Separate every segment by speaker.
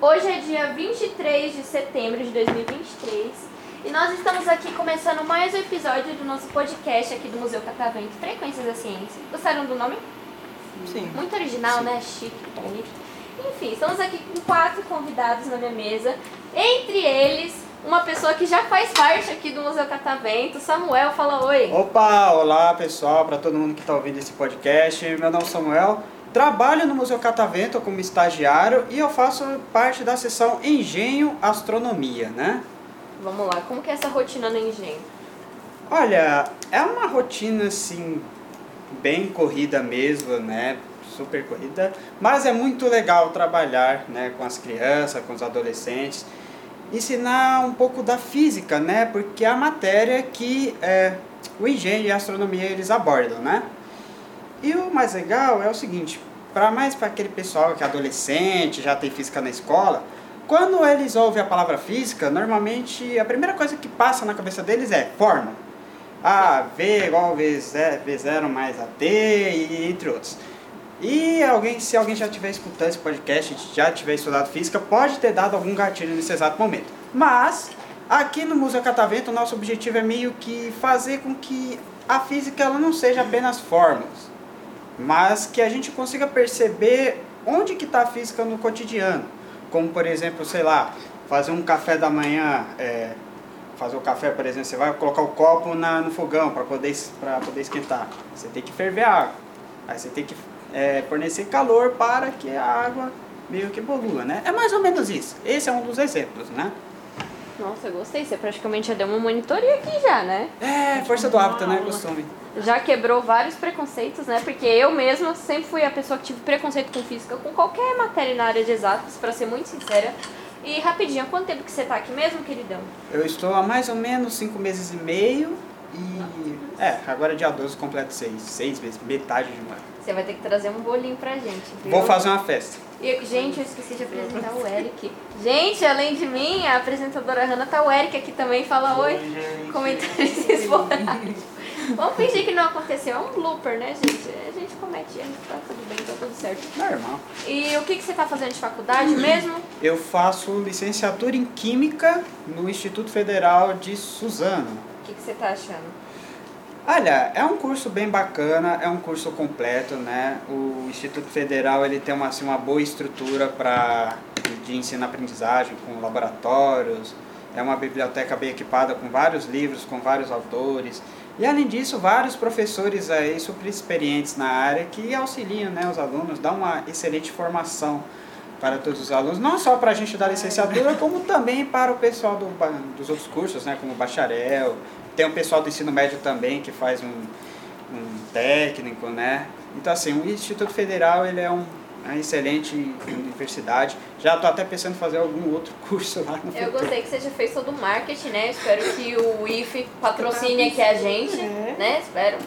Speaker 1: Hoje é dia 23 de setembro de 2023 e nós estamos aqui começando mais um episódio do nosso podcast aqui do Museu Catavento Frequências da Ciência. Gostaram do nome?
Speaker 2: Sim.
Speaker 1: Muito original, né? Chique, bonito. Enfim, estamos aqui com quatro convidados na minha mesa. Entre eles, uma pessoa que já faz parte aqui do Museu Catavento, Samuel, fala oi.
Speaker 2: Opa, olá pessoal, para todo mundo que está ouvindo esse podcast. Meu nome é Samuel, trabalho no Museu Catavento como estagiário e eu faço parte da seção Engenho Astronomia, né?
Speaker 1: Vamos lá, como que é essa rotina no engenho?
Speaker 2: Olha, é uma rotina assim, bem corrida mesmo, né? Super corrida, mas é muito legal trabalhar né, com as crianças, com os adolescentes, ensinar um pouco da física, né? Porque é a matéria que é, o engenho e a astronomia eles abordam, né? E o mais legal é o seguinte, para mais para aquele pessoal que é adolescente, já tem física na escola, quando eles ouvem a palavra física, normalmente a primeira coisa que passa na cabeça deles é forma. Ah, V igual a V0, V0 mais AT, e entre outros. E alguém, se alguém já estiver escutando esse podcast, já tiver estudado física, pode ter dado algum gatilho nesse exato momento. Mas, aqui no Museu Catavento, o nosso objetivo é meio que fazer com que a física ela não seja apenas fórmulas, mas que a gente consiga perceber onde que está a física no cotidiano. Como, por exemplo, sei lá, fazer um café da manhã, é, fazer o café, por exemplo, você vai colocar o copo na, no fogão para poder, es- pra poder esquentar. Você tem que ferver a água. Aí você tem que é, fornecer calor para que a água meio que evolua, né? É mais ou menos isso. Esse é um dos exemplos, né?
Speaker 1: Nossa, eu gostei, você praticamente já deu uma monitoria aqui já, né?
Speaker 2: É, força do hábito, né? Costume.
Speaker 1: já quebrou vários preconceitos, né? Porque eu mesma sempre fui a pessoa que tive preconceito com física, com qualquer matéria na área de exatas, pra ser muito sincera. E rapidinho, há quanto tempo que você tá aqui mesmo, queridão?
Speaker 2: Eu estou há mais ou menos cinco meses e meio e... É, agora dia 12 completo seis. Seis meses, metade de um ano.
Speaker 1: Você vai ter que trazer um bolinho pra gente, viu?
Speaker 2: Vou fazer uma festa.
Speaker 1: E, gente, eu esqueci de apresentar o Eric. Gente, além de mim, a apresentadora Hanna tá o Eric aqui também. Fala oi. Comentários esporádicos. Vamos fingir que não aconteceu. É um blooper, né, gente? A gente comete erros, tá tudo bem, tá tudo certo.
Speaker 2: Normal.
Speaker 1: E o que, que você tá fazendo de faculdade mesmo?
Speaker 2: Eu faço licenciatura em Química no Instituto Federal de Suzano.
Speaker 1: O que, que você tá achando?
Speaker 2: Olha, é um curso bem bacana, é um curso completo, né? O Instituto Federal ele tem uma, assim, uma boa estrutura para de ensino-aprendizagem com laboratórios, é uma biblioteca bem equipada com vários livros, com vários autores e além disso vários professores aí super experientes na área que auxiliam, né, os alunos, dá uma excelente formação para todos os alunos, não só para a gente da licenciatura, como também para o pessoal do ba- dos outros cursos, né, como bacharel. Tem o pessoal do ensino médio também que faz um, um técnico, né? Então assim, o Instituto Federal ele é um, uma excelente universidade. Já estou até pensando em fazer algum outro curso lá no
Speaker 1: Eu
Speaker 2: futuro.
Speaker 1: gostei que você já fez todo o marketing, né? Espero que o IF patrocine aqui a gente, né? Espero.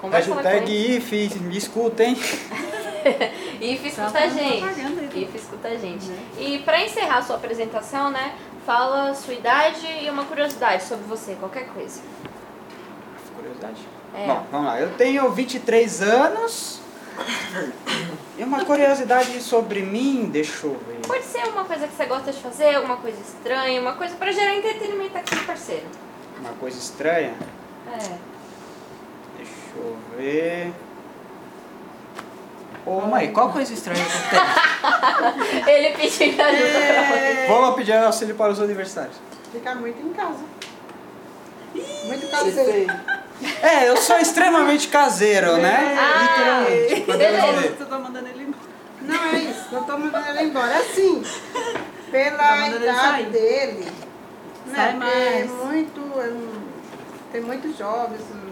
Speaker 1: Conversa lá com ele.
Speaker 2: Hashtag IF, me escuta, hein?
Speaker 1: IF escuta
Speaker 3: Tá
Speaker 1: a
Speaker 3: fazendo propaganda
Speaker 1: gente.
Speaker 3: aí. né?
Speaker 1: IF escuta a gente. E pra encerrar a sua apresentação, né? Fala a sua idade e uma curiosidade sobre você, qualquer coisa.
Speaker 2: Curiosidade.
Speaker 1: É.
Speaker 2: Bom, vamos lá. Eu tenho 23 anos. E uma curiosidade sobre mim, deixa eu ver.
Speaker 1: Pode ser uma coisa que você gosta de fazer, alguma coisa estranha, uma coisa pra gerar entretenimento aqui no parceiro.
Speaker 2: Uma coisa estranha.
Speaker 1: É.
Speaker 2: Deixa eu ver. Ô mãe, qual coisa estranha que tem?
Speaker 1: Ele pedindo ajuda pra você.
Speaker 2: Vamos pedir auxílio para os universitários.
Speaker 3: Ficar muito em casa. Muito caseiro.
Speaker 2: É, eu sou extremamente caseiro, né?
Speaker 1: Ah,
Speaker 2: Literalmente. podemos
Speaker 1: beleza.
Speaker 2: dizer.
Speaker 4: Você tá mandando ele embora.
Speaker 3: Não é isso, não tô mandando ela embora. Assim,
Speaker 4: Tá
Speaker 3: pela
Speaker 4: mandando ele
Speaker 3: idade
Speaker 4: sair?
Speaker 3: dele,
Speaker 4: Sai
Speaker 3: né? porque É
Speaker 4: mais.
Speaker 3: muito. é um- tem muitos jovens. um-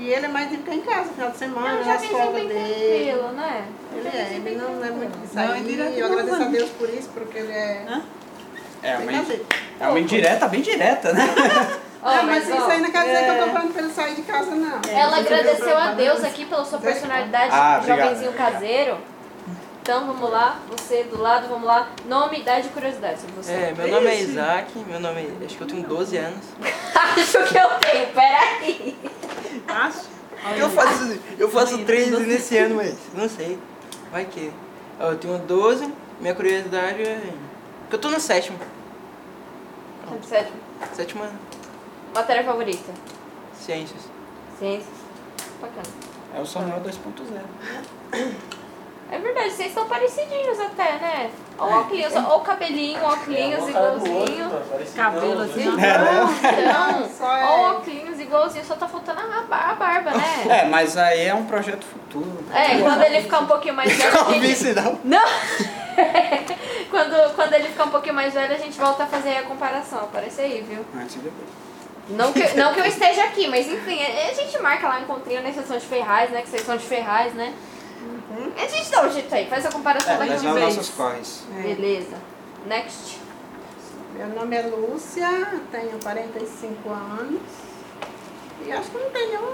Speaker 3: E ele é mais de ficar em casa, final de
Speaker 1: É um
Speaker 3: semana, nas
Speaker 1: jovenzinho
Speaker 3: folgas
Speaker 1: bem
Speaker 3: dele.
Speaker 1: tranquilo, né?
Speaker 3: Ele é, ele não é muito de
Speaker 4: Não, ele
Speaker 3: sair.
Speaker 4: é
Speaker 3: eu agradeço a
Speaker 4: tranquilo.
Speaker 3: Deus por isso, porque ele é.
Speaker 4: Hã?
Speaker 2: É uma,
Speaker 3: bem
Speaker 2: in-
Speaker 3: caseiro.
Speaker 2: é uma indireta bem direta, né?
Speaker 1: Ó,
Speaker 3: não, mas,
Speaker 1: ó, É
Speaker 3: isso aí não quer dizer que eu
Speaker 4: é.
Speaker 3: tô falando pra ele sair de casa, não.
Speaker 1: Ela
Speaker 3: Isso eu tô
Speaker 1: agradeceu a
Speaker 3: falando.
Speaker 1: Deus aqui pela sua personalidade
Speaker 2: Ah,
Speaker 1: de
Speaker 2: obrigado.
Speaker 1: jovenzinho caseiro. Então vamos lá, você do lado, vamos lá. Nome, idade e curiosidade sobre você.
Speaker 5: É, meu nome é Isaac, meu nome é, acho que eu tenho 12 anos.
Speaker 1: Acho que eu tenho, peraí.
Speaker 3: Acho.
Speaker 5: Eu faço, eu faço 13 nesse ano, mas não sei. Vai que. Ó, Eu tenho 12, minha curiosidade é. que eu tô no sétimo.
Speaker 1: Sétimo.
Speaker 5: Sétimo ano.
Speaker 1: é Matéria favorita?
Speaker 5: Ciências.
Speaker 1: Ciências. Bacana.
Speaker 2: É o Samuel 2.0.
Speaker 1: É verdade, vocês são parecidinhos até, né? Ou óculos, ou cabelinho,
Speaker 2: É,
Speaker 1: óculos igualzinho.
Speaker 3: né?
Speaker 4: Cabelo assim.
Speaker 2: tá?
Speaker 1: Então,
Speaker 3: Só é-
Speaker 1: ou óculos igualzinho, só tá faltando a ba- a barba, né?
Speaker 2: É, mas aí é um projeto futuro.
Speaker 1: É, quando ele ficar um pouquinho mais velho, a gente...
Speaker 2: Calvície não.
Speaker 1: Não! quando, quando ele ficar um pouquinho mais velho, a gente volta a fazer a comparação. Aparece aí, viu?
Speaker 2: Antes e depois.
Speaker 1: Não que, não que eu esteja aqui, mas enfim, a, a gente marca lá um encontrinho na estação de Ferraz, né? Que vocês são de Ferraz, né?
Speaker 3: Uhum.
Speaker 1: A gente dá um jeito aí, faz a comparação
Speaker 2: É,
Speaker 1: daqui
Speaker 2: mas
Speaker 1: de
Speaker 2: não
Speaker 1: vez.
Speaker 2: nossos corres.
Speaker 3: É.
Speaker 1: Beleza. Next.
Speaker 3: Meu nome é Lúcia, tenho 45 anos. E acho que não tem nenhuma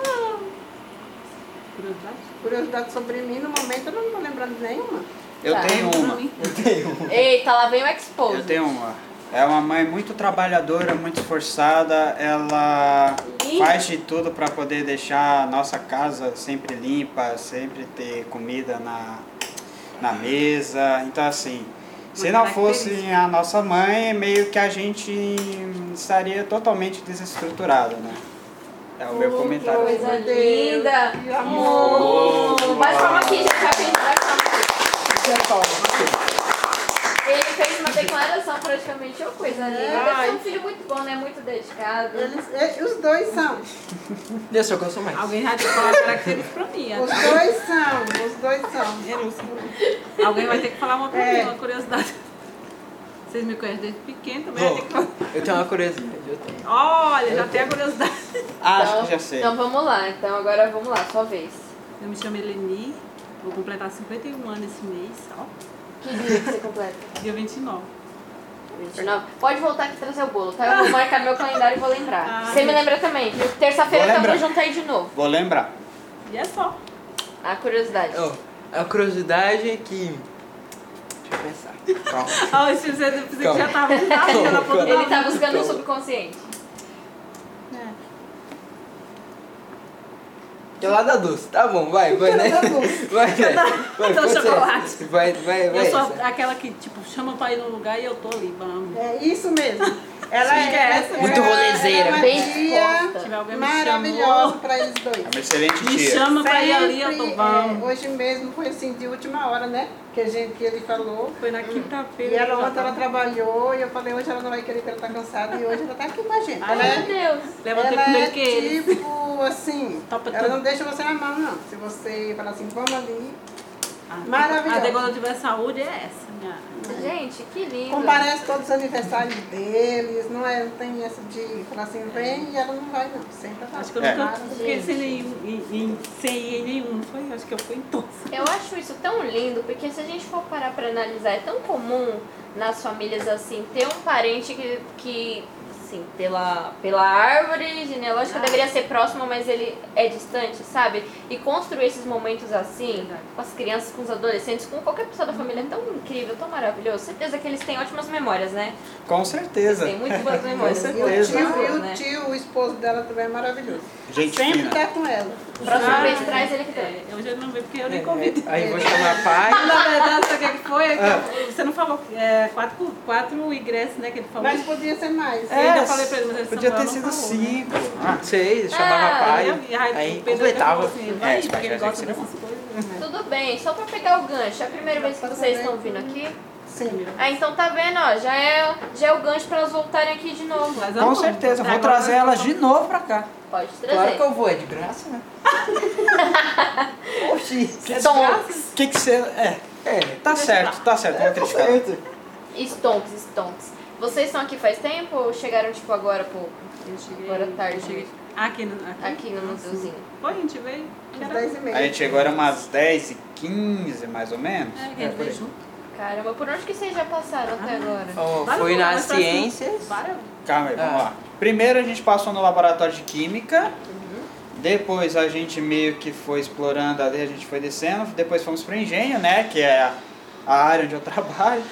Speaker 4: Curiosidade?
Speaker 3: curiosidade sobre mim. No momento eu não estou lembrando nenhuma.
Speaker 2: Eu
Speaker 1: Tá.
Speaker 2: tenho uma.
Speaker 1: Eita, lá vem o expose.
Speaker 2: Eu tenho uma. É uma mãe muito trabalhadora, muito esforçada. Ela
Speaker 1: Ih.
Speaker 2: faz de tudo para poder deixar a nossa casa sempre limpa, sempre ter comida na, na mesa. Então, assim, se não fosse a nossa mãe, meio que a gente estaria totalmente desestruturado, né? É o meu
Speaker 3: Oh,
Speaker 2: comentário.
Speaker 3: que
Speaker 1: Coisa
Speaker 3: Meu Deus,
Speaker 1: linda.
Speaker 3: que amor.
Speaker 1: Oh, Bate palma aqui, gente. Vai gente vai palma aqui. Ele fez uma declaração praticamente, ô coisa linda. Você é um
Speaker 3: Ai.
Speaker 1: filho muito bom, né? Muito dedicado.
Speaker 3: Eles, e- os dois são.
Speaker 5: E eu sou que eu sou mais.
Speaker 4: Alguém vai ter que falar características pra mim. né?
Speaker 3: Os dois são. Os dois são.
Speaker 4: Alguém vai ter que falar uma pra mim,
Speaker 3: É.
Speaker 4: uma curiosidade. Vocês me conhecem desde pequeno também.
Speaker 5: Bom,
Speaker 4: vai ter que falar.
Speaker 5: eu tenho uma curiosidade. Eu tenho. Ah,
Speaker 4: Olha, já tem a curiosidade.
Speaker 2: Acho que já sei.
Speaker 1: Então vamos lá. Então agora vamos lá, sua vez.
Speaker 4: Eu me chamo Eleni, vou completar 51 anos esse mês, ó.
Speaker 1: Que dia que você completa?
Speaker 4: Dia 29.
Speaker 1: 29. Pode voltar aqui e trazer o bolo, tá? Eu vou marcar meu calendário e vou lembrar.
Speaker 4: Ah.
Speaker 1: Você me lembra também. viu? Terça-feira
Speaker 2: Vou
Speaker 1: tamo
Speaker 2: lembrar.
Speaker 1: junto aí de novo.
Speaker 2: Vou lembrar.
Speaker 4: E é só.
Speaker 1: A curiosidade.
Speaker 2: Oh,
Speaker 5: Ó, a curiosidade é que. Deixa eu pensar.
Speaker 2: Calma.
Speaker 4: Ó, esse você você
Speaker 5: Calma.
Speaker 4: já tá já na ponta
Speaker 1: Ele
Speaker 4: da
Speaker 1: tá
Speaker 4: língua.
Speaker 1: buscando
Speaker 2: Então.
Speaker 1: o subconsciente.
Speaker 3: É,
Speaker 5: Gelada doce, tá bom, vai, vai, né? Vai, vai, vai,
Speaker 4: Então,
Speaker 5: você.
Speaker 4: chocolate.
Speaker 5: Vai, vai, vai.
Speaker 4: Eu sou
Speaker 5: essa.
Speaker 4: aquela que, tipo, chama pra ir num lugar e eu tô ali, vamos.
Speaker 3: É isso mesmo. Ela é,
Speaker 4: Esquece.
Speaker 3: ela-
Speaker 5: Muito
Speaker 3: ela-
Speaker 5: rolezeira.
Speaker 3: ela
Speaker 1: Bem
Speaker 3: É
Speaker 1: disposta.
Speaker 4: Se
Speaker 3: uma
Speaker 4: tiver
Speaker 3: tia
Speaker 4: alguém me chamou,
Speaker 3: maravilhosa para eles dois.
Speaker 2: É uma excelente
Speaker 4: me
Speaker 2: tia.
Speaker 4: chama pra ir ali, eu
Speaker 3: Sempre,
Speaker 4: tô,
Speaker 3: é,
Speaker 4: vamos.
Speaker 3: hoje mesmo foi assim de última hora, né? Que a gente que ele falou.
Speaker 4: Foi na
Speaker 3: E
Speaker 4: quinta-feira.
Speaker 3: ela
Speaker 4: eu
Speaker 3: ontem
Speaker 4: já
Speaker 3: ela
Speaker 4: tava-
Speaker 3: trabalhou e eu falei, hoje ela não vai querer que ela tá cansada e hoje ela tá aqui com a gente.
Speaker 4: Ai,
Speaker 3: Ela
Speaker 1: Meu
Speaker 3: é,
Speaker 1: Deus.
Speaker 4: Levantei
Speaker 3: ela
Speaker 4: primeiro
Speaker 3: é
Speaker 4: que ele.
Speaker 3: tipo assim,
Speaker 4: Topa
Speaker 3: ela
Speaker 4: tudo.
Speaker 3: não deixa você na mão, não. Se você falar assim, vamos ali,
Speaker 4: Ah,
Speaker 3: Maravilhosa.
Speaker 4: A de quando eu tiver saúde é essa, minha.
Speaker 1: Gente, que lindo.
Speaker 3: comparece todos os aniversários deles, não é, não tem essa de falar assim, vem e ela não vai não. Sempre tá
Speaker 4: Acho que eu
Speaker 2: É.
Speaker 4: nunca
Speaker 3: Maravilhosa.
Speaker 4: fiquei sem, nenhum, em, em, sem ir em nenhum, foi? Acho que eu fui em todos.
Speaker 1: Eu acho isso tão lindo, porque se a gente for parar pra analisar, é tão comum nas famílias assim ter um parente que, que assim, pela, pela árvore genealógica deveria ser próximo, mas ele é distante, sabe? E construir esses momentos assim,
Speaker 4: Verdade.
Speaker 1: com as crianças, com os adolescentes, com qualquer pessoa da família, é tão incrível, tão maravilhoso. Certeza que eles têm ótimas memórias, né?
Speaker 2: Com
Speaker 1: Eles
Speaker 2: certeza.
Speaker 1: têm muito boas memórias.
Speaker 3: E o
Speaker 2: Beleza.
Speaker 3: tio, e
Speaker 1: Boas,
Speaker 3: o
Speaker 1: né?
Speaker 3: tio, o esposo dela também é maravilhoso.
Speaker 2: Gente
Speaker 3: Sempre
Speaker 2: fina.
Speaker 3: tá com ela.
Speaker 1: Próxima
Speaker 4: Ah,
Speaker 1: vez
Speaker 4: é.
Speaker 1: traz ele aqui também.
Speaker 4: É, eu já não vi porque eu nem convido.
Speaker 5: é, Aí vou chamar pai.
Speaker 4: Na verdade, sabe o que que foi? É que
Speaker 2: Ah.
Speaker 4: eu- Você não falou é, quatro, quatro ingressos, né? Que ele falou.
Speaker 3: Mas podia ser mais.
Speaker 4: É, Eu ainda falei pra ele, mas ele
Speaker 2: podia
Speaker 4: Samuel
Speaker 2: ter
Speaker 4: não
Speaker 2: sido
Speaker 4: falou, né?
Speaker 2: cinco. Ah,
Speaker 5: Seis, chamava
Speaker 1: Ah,
Speaker 5: pai.
Speaker 4: E aí,
Speaker 5: Aí
Speaker 4: o Pedro até falou
Speaker 5: completava.
Speaker 4: assim, vai,
Speaker 2: É, esse
Speaker 4: porque ele
Speaker 2: podcast
Speaker 4: gosta
Speaker 2: é que
Speaker 4: dessas coisas. né?
Speaker 1: Tudo bem, só pra pegar o gancho, é a primeira vez que vocês estão vindo aqui.
Speaker 3: Sim.
Speaker 1: Ah, então tá vendo, ó, já é, já é o gancho pra elas voltarem aqui de novo.
Speaker 4: Mas eu
Speaker 2: Com
Speaker 4: não-
Speaker 2: certeza,
Speaker 4: até
Speaker 2: vou
Speaker 4: agora
Speaker 2: trazer
Speaker 4: eu
Speaker 2: elas
Speaker 4: tô-
Speaker 2: de novo pra cá.
Speaker 1: Pode
Speaker 5: Claro
Speaker 1: trazer.
Speaker 5: que eu vou, é de graça, né? Oxi.
Speaker 1: Stonks,
Speaker 2: O que que você. É,
Speaker 5: É.
Speaker 2: tá certo, tá certo, vou criticar.
Speaker 1: stonks, stonks. Vocês estão aqui faz tempo ou chegaram, tipo, agora há pouco?
Speaker 4: Eu cheguei.
Speaker 1: Agora à tarde.
Speaker 4: é eu cheguei- Aqui no, aqui?
Speaker 1: Aqui no museuzinho.
Speaker 4: Foi, a gente veio.
Speaker 3: Uns 10 e meia.
Speaker 2: A gente chegou era umas 10 e 15 mais ou menos.
Speaker 4: É, que a
Speaker 2: É,
Speaker 4: gente
Speaker 2: por
Speaker 4: veio
Speaker 2: aí.
Speaker 4: junto.
Speaker 1: Caramba, por onde que vocês já passaram até agora?
Speaker 5: Ó,
Speaker 4: Para,
Speaker 5: foi
Speaker 4: vamos lá,
Speaker 5: nas
Speaker 4: mas pra cima.
Speaker 5: ciências.
Speaker 4: Para.
Speaker 1: É.
Speaker 2: Calma aí, vamos
Speaker 5: Ah.
Speaker 2: lá. Primeiro a gente passou no laboratório de química.
Speaker 1: Uhum.
Speaker 2: Depois a gente meio que foi explorando ali, a gente foi descendo. Depois fomos pro engenho, né? Que é a a área onde eu trabalho.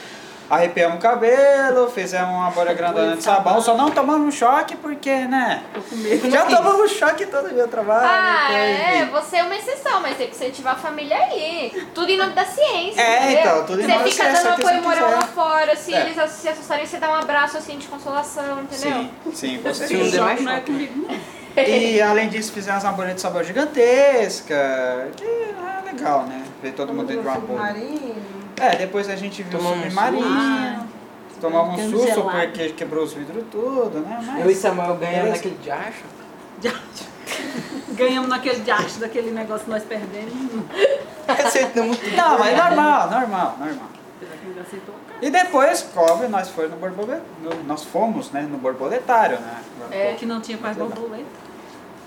Speaker 2: Arrepiamos o cabelo, fifemos uma bolha grandona de sabão, só não tomamos um choque porque, né?
Speaker 5: Tô com medo.
Speaker 2: Já
Speaker 5: Não,
Speaker 2: tomamos um choque todo meu trabalho.
Speaker 1: Ah,
Speaker 2: então,
Speaker 1: é,
Speaker 2: enfim.
Speaker 1: você é uma exceção, mas tem que incentivar a família aí. Tudo em nome da ciência.
Speaker 2: É,
Speaker 1: entendeu?
Speaker 2: então, tudo em nome da
Speaker 1: Você fica
Speaker 2: ciência,
Speaker 1: dando
Speaker 2: é o que
Speaker 1: apoio
Speaker 2: você
Speaker 1: moral
Speaker 2: quiser.
Speaker 1: lá fora, se
Speaker 2: É.
Speaker 1: eles ass- se assustarem, você dá um abraço assim de consolação, entendeu?
Speaker 2: Sim, sim, com
Speaker 5: Se não
Speaker 2: certeza.
Speaker 5: der mais
Speaker 4: não é
Speaker 5: choque.
Speaker 4: comigo, não.
Speaker 2: E além disso, fizemos uma bolha de sabão gigantesca. que é legal, né? Ver todo mundo dentro de uma bolha.
Speaker 3: Submarino.
Speaker 2: É, depois a gente viu
Speaker 5: Tomamos um
Speaker 2: submarino. Tomava um
Speaker 4: Ficando
Speaker 2: susto
Speaker 4: gelado.
Speaker 2: porque quebrou os vidros tudo, né?
Speaker 5: Eu e
Speaker 2: Mas.
Speaker 5: Samuel ganhamos
Speaker 2: Beleza.
Speaker 5: naquele diacho.
Speaker 4: Ganhamos naquele diacho daquele negócio que nós perdemos. Hum,
Speaker 5: Aceitamos tudo.
Speaker 2: Não, mas normal, normal, normal.
Speaker 4: Será que ele aceitou?
Speaker 2: E depois, cobre, nós foi no borboleta, no- nós fomos, né, no borboletário, né?
Speaker 1: É.
Speaker 4: Que não tinha mais
Speaker 2: Muito legal.
Speaker 4: borboleta.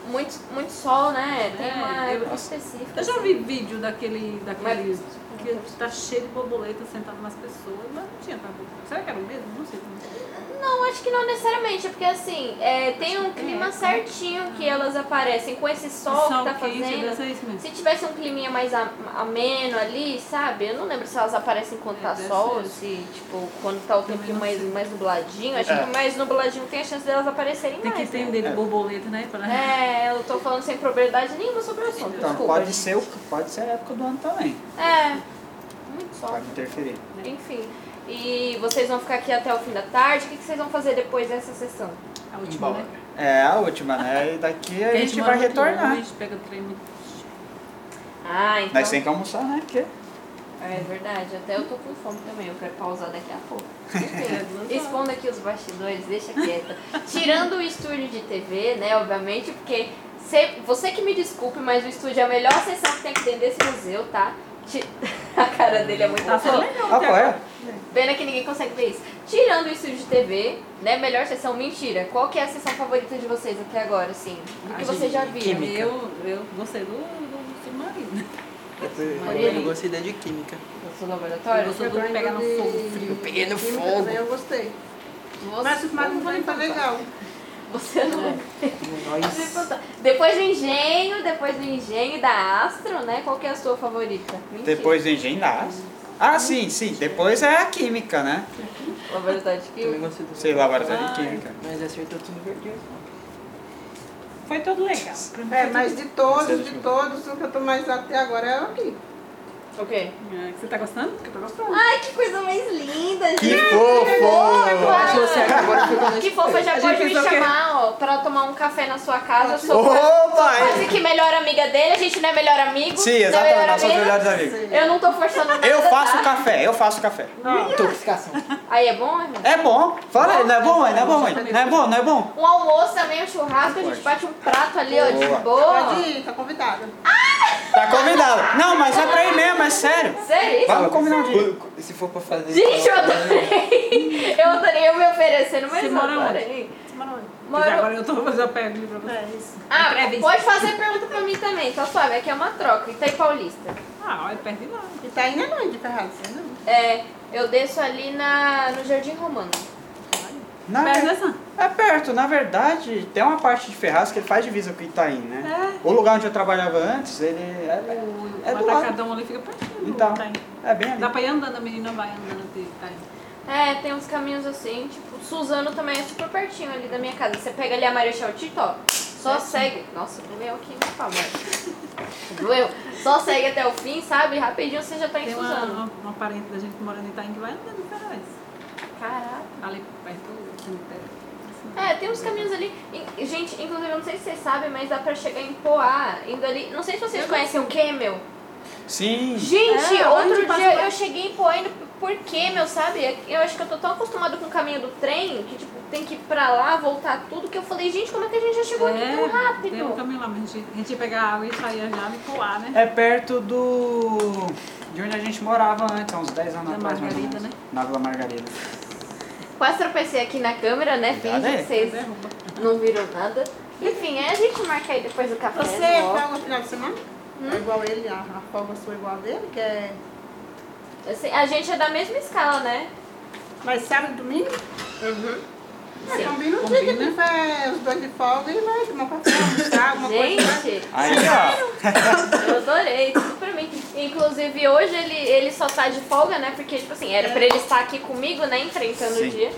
Speaker 1: Muito, muito sol, né? Tem
Speaker 4: É,
Speaker 1: uma
Speaker 4: eu-
Speaker 1: época específica.
Speaker 4: Eu já vi vídeo daquele. daquele
Speaker 1: Mas-
Speaker 4: que tá cheio de borboleta sentado umas pessoas, mas não tinha mais borboleta. Será que era o mesmo? Não sei. como é.
Speaker 1: Não, acho que não necessariamente, é porque assim, é, tem um clima certinho que elas aparecem, com esse sol,
Speaker 4: Sol
Speaker 1: que tá
Speaker 4: quente, né?
Speaker 1: fazendo.
Speaker 4: deve ser isso mesmo.
Speaker 1: Se tivesse um climinha mais a- ameno ali, sabe? Eu não lembro se elas aparecem quando
Speaker 4: É,
Speaker 1: tá
Speaker 4: deve
Speaker 1: sol,
Speaker 4: ser.
Speaker 1: se tipo, quando tá o
Speaker 4: Também
Speaker 1: tempinho
Speaker 4: não
Speaker 1: mais,
Speaker 4: sei.
Speaker 1: mais nubladinho. Acho
Speaker 2: É.
Speaker 1: que mais nubladinho tem a chance delas aparecerem
Speaker 4: Tem
Speaker 1: mais.
Speaker 4: que ter um
Speaker 1: né?
Speaker 4: dele
Speaker 2: É.
Speaker 4: borboleta, né? Pra...
Speaker 1: É, eu tô falando sem propriedade nenhuma sobre o assunto,
Speaker 2: Então,
Speaker 1: desculpa. É,
Speaker 2: pode
Speaker 1: gente.
Speaker 2: ser, o- pode ser a época do ano também,
Speaker 1: É, muito sol.
Speaker 2: pode interferir.
Speaker 1: Enfim. E vocês vão ficar aqui até o fim da tarde. O que que vocês vão fazer depois dessa sessão?
Speaker 4: A última, né?
Speaker 2: É a última, né? E daqui a
Speaker 4: Porque
Speaker 2: gente
Speaker 4: mora
Speaker 2: vai
Speaker 4: muito
Speaker 2: retornar.
Speaker 4: longe, pega o trem muito.
Speaker 1: Ah, então.
Speaker 2: Nós tem que almoçar, né? Porque
Speaker 1: É verdade, até eu tô com fome também, eu quero pausar daqui a pouco. Enfim,
Speaker 4: É,
Speaker 1: Expondo aqui os bastidores, deixa quieta. Tirando o estúdio de TV, né, obviamente, porque cê- você que me desculpe, mas o estúdio é a melhor sessão que tem aqui dentro desse museu, tá? Ti- A cara dele é muito
Speaker 4: Tá
Speaker 1: boa.
Speaker 4: sendo legal. até
Speaker 2: apoia.
Speaker 1: Pena que ninguém consegue ver isso. Tirando o estúdio de TV, né, melhor sessão, mentira. Qual que é a sessão favorita de vocês até agora, assim? Do
Speaker 5: A
Speaker 1: que vocês
Speaker 5: gente-
Speaker 1: já viram?
Speaker 5: química.
Speaker 4: Eu, eu gostei do, do submarino.
Speaker 5: Eu gostei da de química.
Speaker 1: Eu sou do
Speaker 4: Eu
Speaker 1: laboratório?
Speaker 4: gostou do pegar no
Speaker 3: de-
Speaker 4: fogo frio.
Speaker 5: Eu peguei no
Speaker 3: Química
Speaker 5: fogo.
Speaker 3: também Eu gostei.
Speaker 1: Você-
Speaker 3: Mas o submarino também tá legal.
Speaker 1: Você não é.
Speaker 5: Nós-
Speaker 1: Depois do engenho, depois do engenho e da Astro, né? Qual que é a sua favorita? Mentira.
Speaker 2: Depois do engenho da Ah, sim, sim. Depois é a química, né?
Speaker 1: Laboratório de
Speaker 5: Também
Speaker 1: Química.
Speaker 5: gostei do
Speaker 2: Sei lá, laboratório de
Speaker 4: Ai.
Speaker 2: química.
Speaker 5: Mas acertou tudo verdinho.
Speaker 4: Foi todo legal.
Speaker 3: É, mas de todos, de todos, o que eu tô mais até agora é aqui.
Speaker 1: O quê?
Speaker 4: É, Você tá gostando? Que eu tô gostando.
Speaker 1: Ai, que coisa mais linda,
Speaker 2: Que
Speaker 1: gente.
Speaker 2: fofo!
Speaker 5: Acho você agora ficou na
Speaker 1: Que fofa, já
Speaker 4: A
Speaker 1: pode
Speaker 4: gente
Speaker 1: me
Speaker 4: fez o quê?
Speaker 1: chamar, ó, pra tomar um café na sua casa. Eu sou quase-
Speaker 2: Opa!
Speaker 1: quase que melhor amiga dele, a gente não é melhor amigo.
Speaker 2: Sim,
Speaker 1: não é
Speaker 2: exatamente.
Speaker 1: melhor
Speaker 2: Nós somos
Speaker 1: amigo.
Speaker 2: melhores
Speaker 4: assim.
Speaker 2: amigos.
Speaker 1: Eu não tô forçando nada.
Speaker 2: Eu faço
Speaker 1: tá?
Speaker 2: café, eu faço café.
Speaker 5: intoxicação.
Speaker 1: Aí é bom, irmão?
Speaker 2: É bom. Fala aí, não é bom, mãe? Não é bom, mãe? Não é bom, não é bom?
Speaker 1: Um almoço também, um churrasco, a gente
Speaker 2: Pode.
Speaker 1: bate um prato ali, ó, de
Speaker 2: Boa.
Speaker 1: boa.
Speaker 3: Pode ir, tá convidada.
Speaker 2: Tá convidado. Não, mas é pra ir mesmo, é sério.
Speaker 1: Sério? isso?
Speaker 2: Vamos combinar um dia.
Speaker 5: Se for pra fazer.
Speaker 1: Gente, eu adorei! Eu adorei eu me oferecendo, mas
Speaker 4: Você
Speaker 1: eu
Speaker 4: mora onde?
Speaker 1: adorei.
Speaker 4: Mas
Speaker 1: Moro...
Speaker 4: agora eu tô fazendo a pergunta pra você.
Speaker 3: É isso.
Speaker 1: Ah,
Speaker 4: Entrevista.
Speaker 1: pode fazer pergunta pra mim também, tá suave, aqui é uma troca, Itaí Paulista.
Speaker 4: Ah, olha, perde lá.
Speaker 3: E tá ainda não, de Ferraz, não.
Speaker 1: É, eu desço ali na, no Jardim Romano.
Speaker 2: Na
Speaker 4: Perde
Speaker 2: ver-
Speaker 4: essa.
Speaker 2: É perto, na verdade, tem uma parte de Ferraz que ele faz divisa com Itaim, né?
Speaker 4: É.
Speaker 2: O lugar onde eu trabalhava antes, ele é,
Speaker 4: O
Speaker 2: É do lado.
Speaker 4: atacadão ali fica pertinho.
Speaker 2: Então.
Speaker 4: tá aí.
Speaker 2: é bem
Speaker 4: Dá
Speaker 2: ali.
Speaker 4: pra ir andando, a menina vai andando até tá aí.
Speaker 1: É, tem uns caminhos assim, tipo, Suzano também é super pertinho ali da minha casa. Você pega ali a Marechal Tito, ó, só segue. Nossa, doeu aqui, né, meu favor. Doeu. Só segue até o fim, sabe? Rapidinho você já tá em
Speaker 4: Tem uma,
Speaker 1: Suzano.
Speaker 4: uma, uma parente da gente que mora no Itaim que vai andando em Ferraz.
Speaker 1: Caraca.
Speaker 4: Ali perto do cemitério. Assim.
Speaker 1: É, tem uns caminhos ali. In- Gente, inclusive, eu não sei se vocês sabem, mas dá pra chegar em Poá, indo ali. Não sei se vocês conhecem o Camel.
Speaker 2: Sim.
Speaker 1: Gente,
Speaker 4: É, onde
Speaker 1: outro
Speaker 4: passa
Speaker 1: dia
Speaker 4: lá?
Speaker 1: eu cheguei em Poá indo por Camel, sabe? Eu acho que eu tô tão acostumada com o caminho do trem que, tipo, tem que ir pra lá, voltar tudo, que eu falei, gente, como é que a gente já chegou aqui tão
Speaker 4: Tem um
Speaker 1: rápido?
Speaker 4: caminho lá, mas a gente, a gente ia pegar água e sair a nave e pular, né?
Speaker 2: É perto do. de onde a gente morava antes, há uns 10 anos
Speaker 4: Da
Speaker 2: atrás, mais ou
Speaker 4: Margarida,
Speaker 2: menos.
Speaker 1: né?
Speaker 2: Na Vila Margarida.
Speaker 1: Quase tropecei aqui na câmera, né?
Speaker 2: Cuidado
Speaker 4: é,
Speaker 1: Finge que
Speaker 2: aí.
Speaker 1: vocês
Speaker 4: Derruba.
Speaker 1: não viram nada. Enfim, é, a gente marca aí depois do café.
Speaker 3: É, Você
Speaker 1: do ó.
Speaker 3: pega no final de semana? É igual ele, a, a folga sua é igual a dele, que é.
Speaker 1: Eu sei, A gente é da mesma escala, né?
Speaker 3: Mas sábado e domingo?
Speaker 1: Uhum.
Speaker 3: É,
Speaker 1: Sim.
Speaker 3: combina um
Speaker 4: Combina.
Speaker 3: dia que vai os dois de folga e um
Speaker 4: né?
Speaker 3: né? vai tomar café, almoçar, alguma coisa.
Speaker 1: Gente,
Speaker 2: Aí, ó.
Speaker 1: Eu adorei, tudo pra mim. Inclusive, hoje ele, ele só tá de folga, né? Porque, tipo assim, era pra ele estar aqui comigo, né? Enfrentando
Speaker 2: Sim.
Speaker 1: o dia.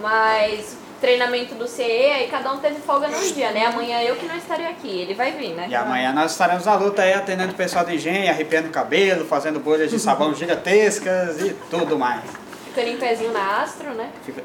Speaker 1: Mas treinamento do CE, aí cada um teve folga num dia, né? Amanhã eu que não estarei aqui. Ele vai vir, né?
Speaker 2: E amanhã nós estaremos na luta aí, atendendo o pessoal do engenho, arrepiando o cabelo, fazendo bolhas de sabão gigantescas e tudo mais.
Speaker 1: Ficando em pezinho na Astro, né?
Speaker 2: Fica-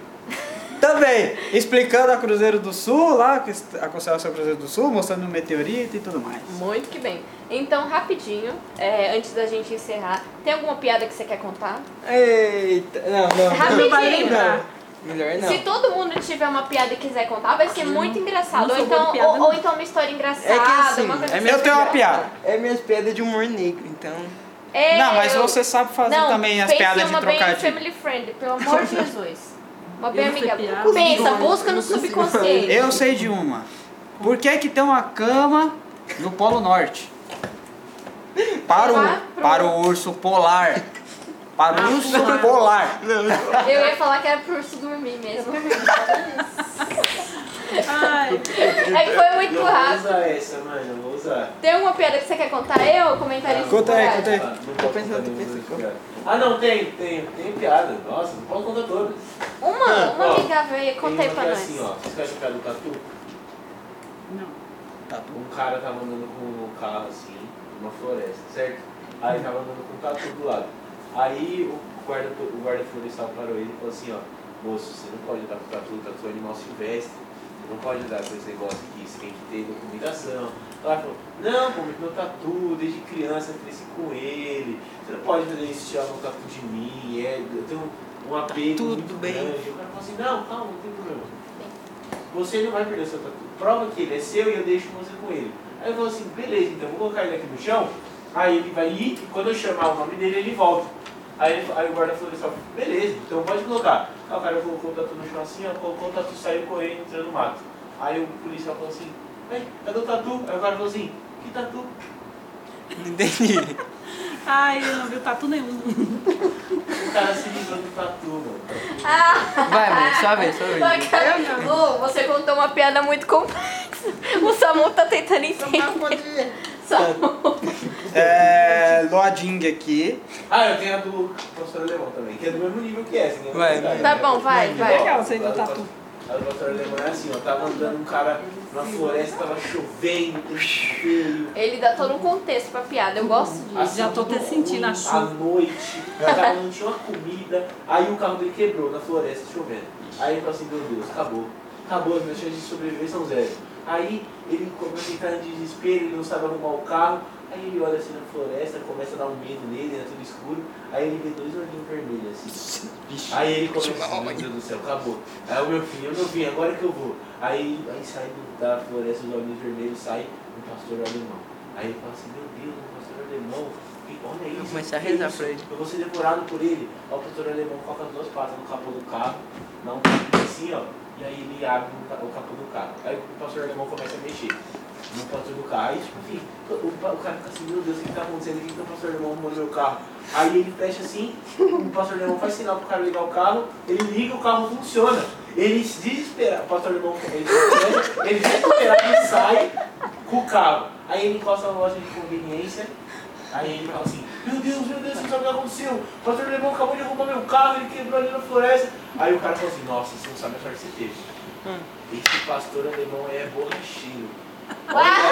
Speaker 2: Também explicando a Cruzeiro do Sul, lá, que est- a constelação Cruzeiro do Sul, mostrando o meteorito e tudo mais.
Speaker 1: Muito que bem. Então, rapidinho, é, antes da gente encerrar, tem alguma piada que você quer contar?
Speaker 5: Eita, não, não.
Speaker 1: Rapidinho.
Speaker 5: não,
Speaker 4: Vai lembrar.
Speaker 5: não. Melhor não.
Speaker 1: Se todo mundo tiver uma piada e quiser contar, vai ser muito engraçado.
Speaker 4: não
Speaker 1: Ou
Speaker 4: sou boa de
Speaker 1: então,
Speaker 4: piada,
Speaker 1: ou,
Speaker 4: não.
Speaker 1: ou então uma história engraçada,
Speaker 5: É que assim,
Speaker 1: uma coisa
Speaker 5: é
Speaker 1: assim.
Speaker 5: meu
Speaker 2: Eu tenho uma piada.
Speaker 5: É minhas piadas de humor negro, então.
Speaker 1: É,
Speaker 2: Não, mas
Speaker 1: eu-
Speaker 2: você sabe fazer
Speaker 1: Não,
Speaker 2: também as
Speaker 1: pense
Speaker 2: piadas
Speaker 1: uma
Speaker 2: de
Speaker 1: bem
Speaker 2: trocadilho.
Speaker 1: family friend, pelo amor de Jesus. Uma bem
Speaker 4: Eu não sei
Speaker 1: amiga.
Speaker 4: piada.
Speaker 1: Pensa,
Speaker 5: Não,
Speaker 1: busca
Speaker 5: eu
Speaker 1: no
Speaker 5: não consigo.
Speaker 1: subconsciente.
Speaker 2: Eu sei de uma. Por que que tem uma cama no Polo Norte? Para
Speaker 1: Lá
Speaker 2: o,
Speaker 1: pro-
Speaker 2: para o urso polar. Para o urso
Speaker 4: polar.
Speaker 2: polar.
Speaker 1: Eu ia falar que era pro urso dormir mesmo.
Speaker 4: Ai,
Speaker 1: É que foi muito
Speaker 6: Eu
Speaker 1: rápido.
Speaker 6: vou usar essa, mano. Eu vou usar.
Speaker 1: Tem alguma piada que você quer contar? Eu, comentarista?
Speaker 2: Conta aí, conta aí.
Speaker 6: Ah, não
Speaker 5: É, Tô
Speaker 6: posso
Speaker 5: pensando,
Speaker 6: contar
Speaker 5: tô
Speaker 6: nenhuma
Speaker 5: pensando.
Speaker 6: piada. Ah, não, tem, tem, tem piada. Nossa, não posso contar todas.
Speaker 1: Uma, uma
Speaker 6: Ah, Ó,
Speaker 1: amiga veio,
Speaker 6: Tem
Speaker 1: conta aí
Speaker 6: uma
Speaker 1: pra
Speaker 6: que é
Speaker 1: nós.
Speaker 6: assim, ó. Vocês conhecem a piada do Tatu?
Speaker 4: não.
Speaker 6: Um cara tava andando com um carro, assim, numa floresta, certo? Aí tava andando com um tatu do lado. Aí o guarda, o guarda florestal parou ele e falou assim, ó. Moço, você não pode andar com tatu, tatu é animal silvestre. Você não pode andar com esse negócio aqui, você tem que ter documentação. Ela falou, não, pô, mas meu tatu, desde criança eu cresci com ele. Você não pode fazer isso, tirar um tatu de mim. É, eu tenho um, um apego
Speaker 5: Tá tudo
Speaker 6: muito
Speaker 5: bem.
Speaker 6: grande. O cara falou assim, não, calma, não tem problema. Você não vai perder seu tatu. Prova que ele é seu e eu deixo você com ele. Aí eu falo assim, beleza, então vou colocar ele aqui no chão. Aí ele vai ir e quando eu chamar o nome dele, ele volta. Aí, ele- aí o guarda florestal, beleza, então pode colocar. Aí o cara colocou o tatu no chão assim, ó, colocou o tatu, saiu correndo, entrando no mato. Aí o policial falou assim, Ei, cadê o tatu? Aí o cara falou assim, que tatu?
Speaker 5: Não entendi.
Speaker 4: Ai, eu não tá vi tatu nenhum.
Speaker 6: O cara se livrou do tatu, mano.
Speaker 1: Ah,
Speaker 5: Vai, mãe, sua vez, sua vez.
Speaker 1: Eu não. Lu, é você contou uma piada muito complexa. O Samu tá tentando entender.
Speaker 3: Então, podia.
Speaker 1: Samu.
Speaker 2: É, Loading aqui.
Speaker 6: Ah, eu tenho a do professor alemão também, que é do mesmo nível que essa, né?
Speaker 5: Vai, vai.
Speaker 1: Tá bom, vai, vai.
Speaker 4: Legal, você ainda
Speaker 6: A do
Speaker 4: tá
Speaker 6: pastor- A do pastor alemão é assim, ó, tava andando um cara na floresta, tava chovendo, tempo feio.
Speaker 1: Ele dá todo um contexto pra piada, eu gosto disso.
Speaker 6: assim,
Speaker 4: já tô até
Speaker 6: tudo
Speaker 4: sentindo a
Speaker 6: ruim,
Speaker 4: chuva.
Speaker 6: À noite, o cara não tinha uma comida, aí o carro dele quebrou na floresta, chovendo. Aí ele falou assim, meu Deus, acabou. Acabou, as minhas chances de sobreviver são zero. Aí ele começa a entrar em desespero, ele não sabe arrumar o carro. Aí ele olha assim na floresta, começa a dar um medo nele, é tudo escuro. Aí ele vê dois olhinhos vermelhos assim. Aí ele começa assim, meu Deus do céu, acabou. Aí Ah, o meu filho, eu meu filho, agora que eu vou. Aí, aí sai do- da floresta os olhinhos vermelhos, sai um pastor alemão. Aí ele fala assim, meu Deus, um pastor alemão, que- olha isso.
Speaker 5: Vou começar a
Speaker 6: que
Speaker 5: rezar
Speaker 6: isso?
Speaker 5: pra ele.
Speaker 6: Eu vou ser devorado por ele. Aí o pastor alemão coloca as duas patas no capô do carro, dá um tapinha assim, ó, e aí ele abre o ca- o capô do carro. Aí o pastor alemão começa a mexer no pastor do carro. Aí, tipo assim, o, o- o cara fica assim, meu Deus, o que tá acontecendo? O que que o pastor alemão arrumou no meu carro? Aí ele fecha assim, o pastor alemão faz sinal pro cara ligar o carro, ele liga, o carro funciona. Ele se desespera, o pastor alemão ele, desespera, ele desesperado e sai com o carro. Aí ele encosta na loja de conveniência, aí ele fala assim, meu Deus, meu Deus, você não sabe o que aconteceu? O pastor alemão acabou de roubar meu carro, ele quebrou ali na floresta. Aí o cara fala assim, nossa, você não sabe a sorte que você teve. Esse pastor alemão é borracheiro.
Speaker 1: Ah,
Speaker 6: Olha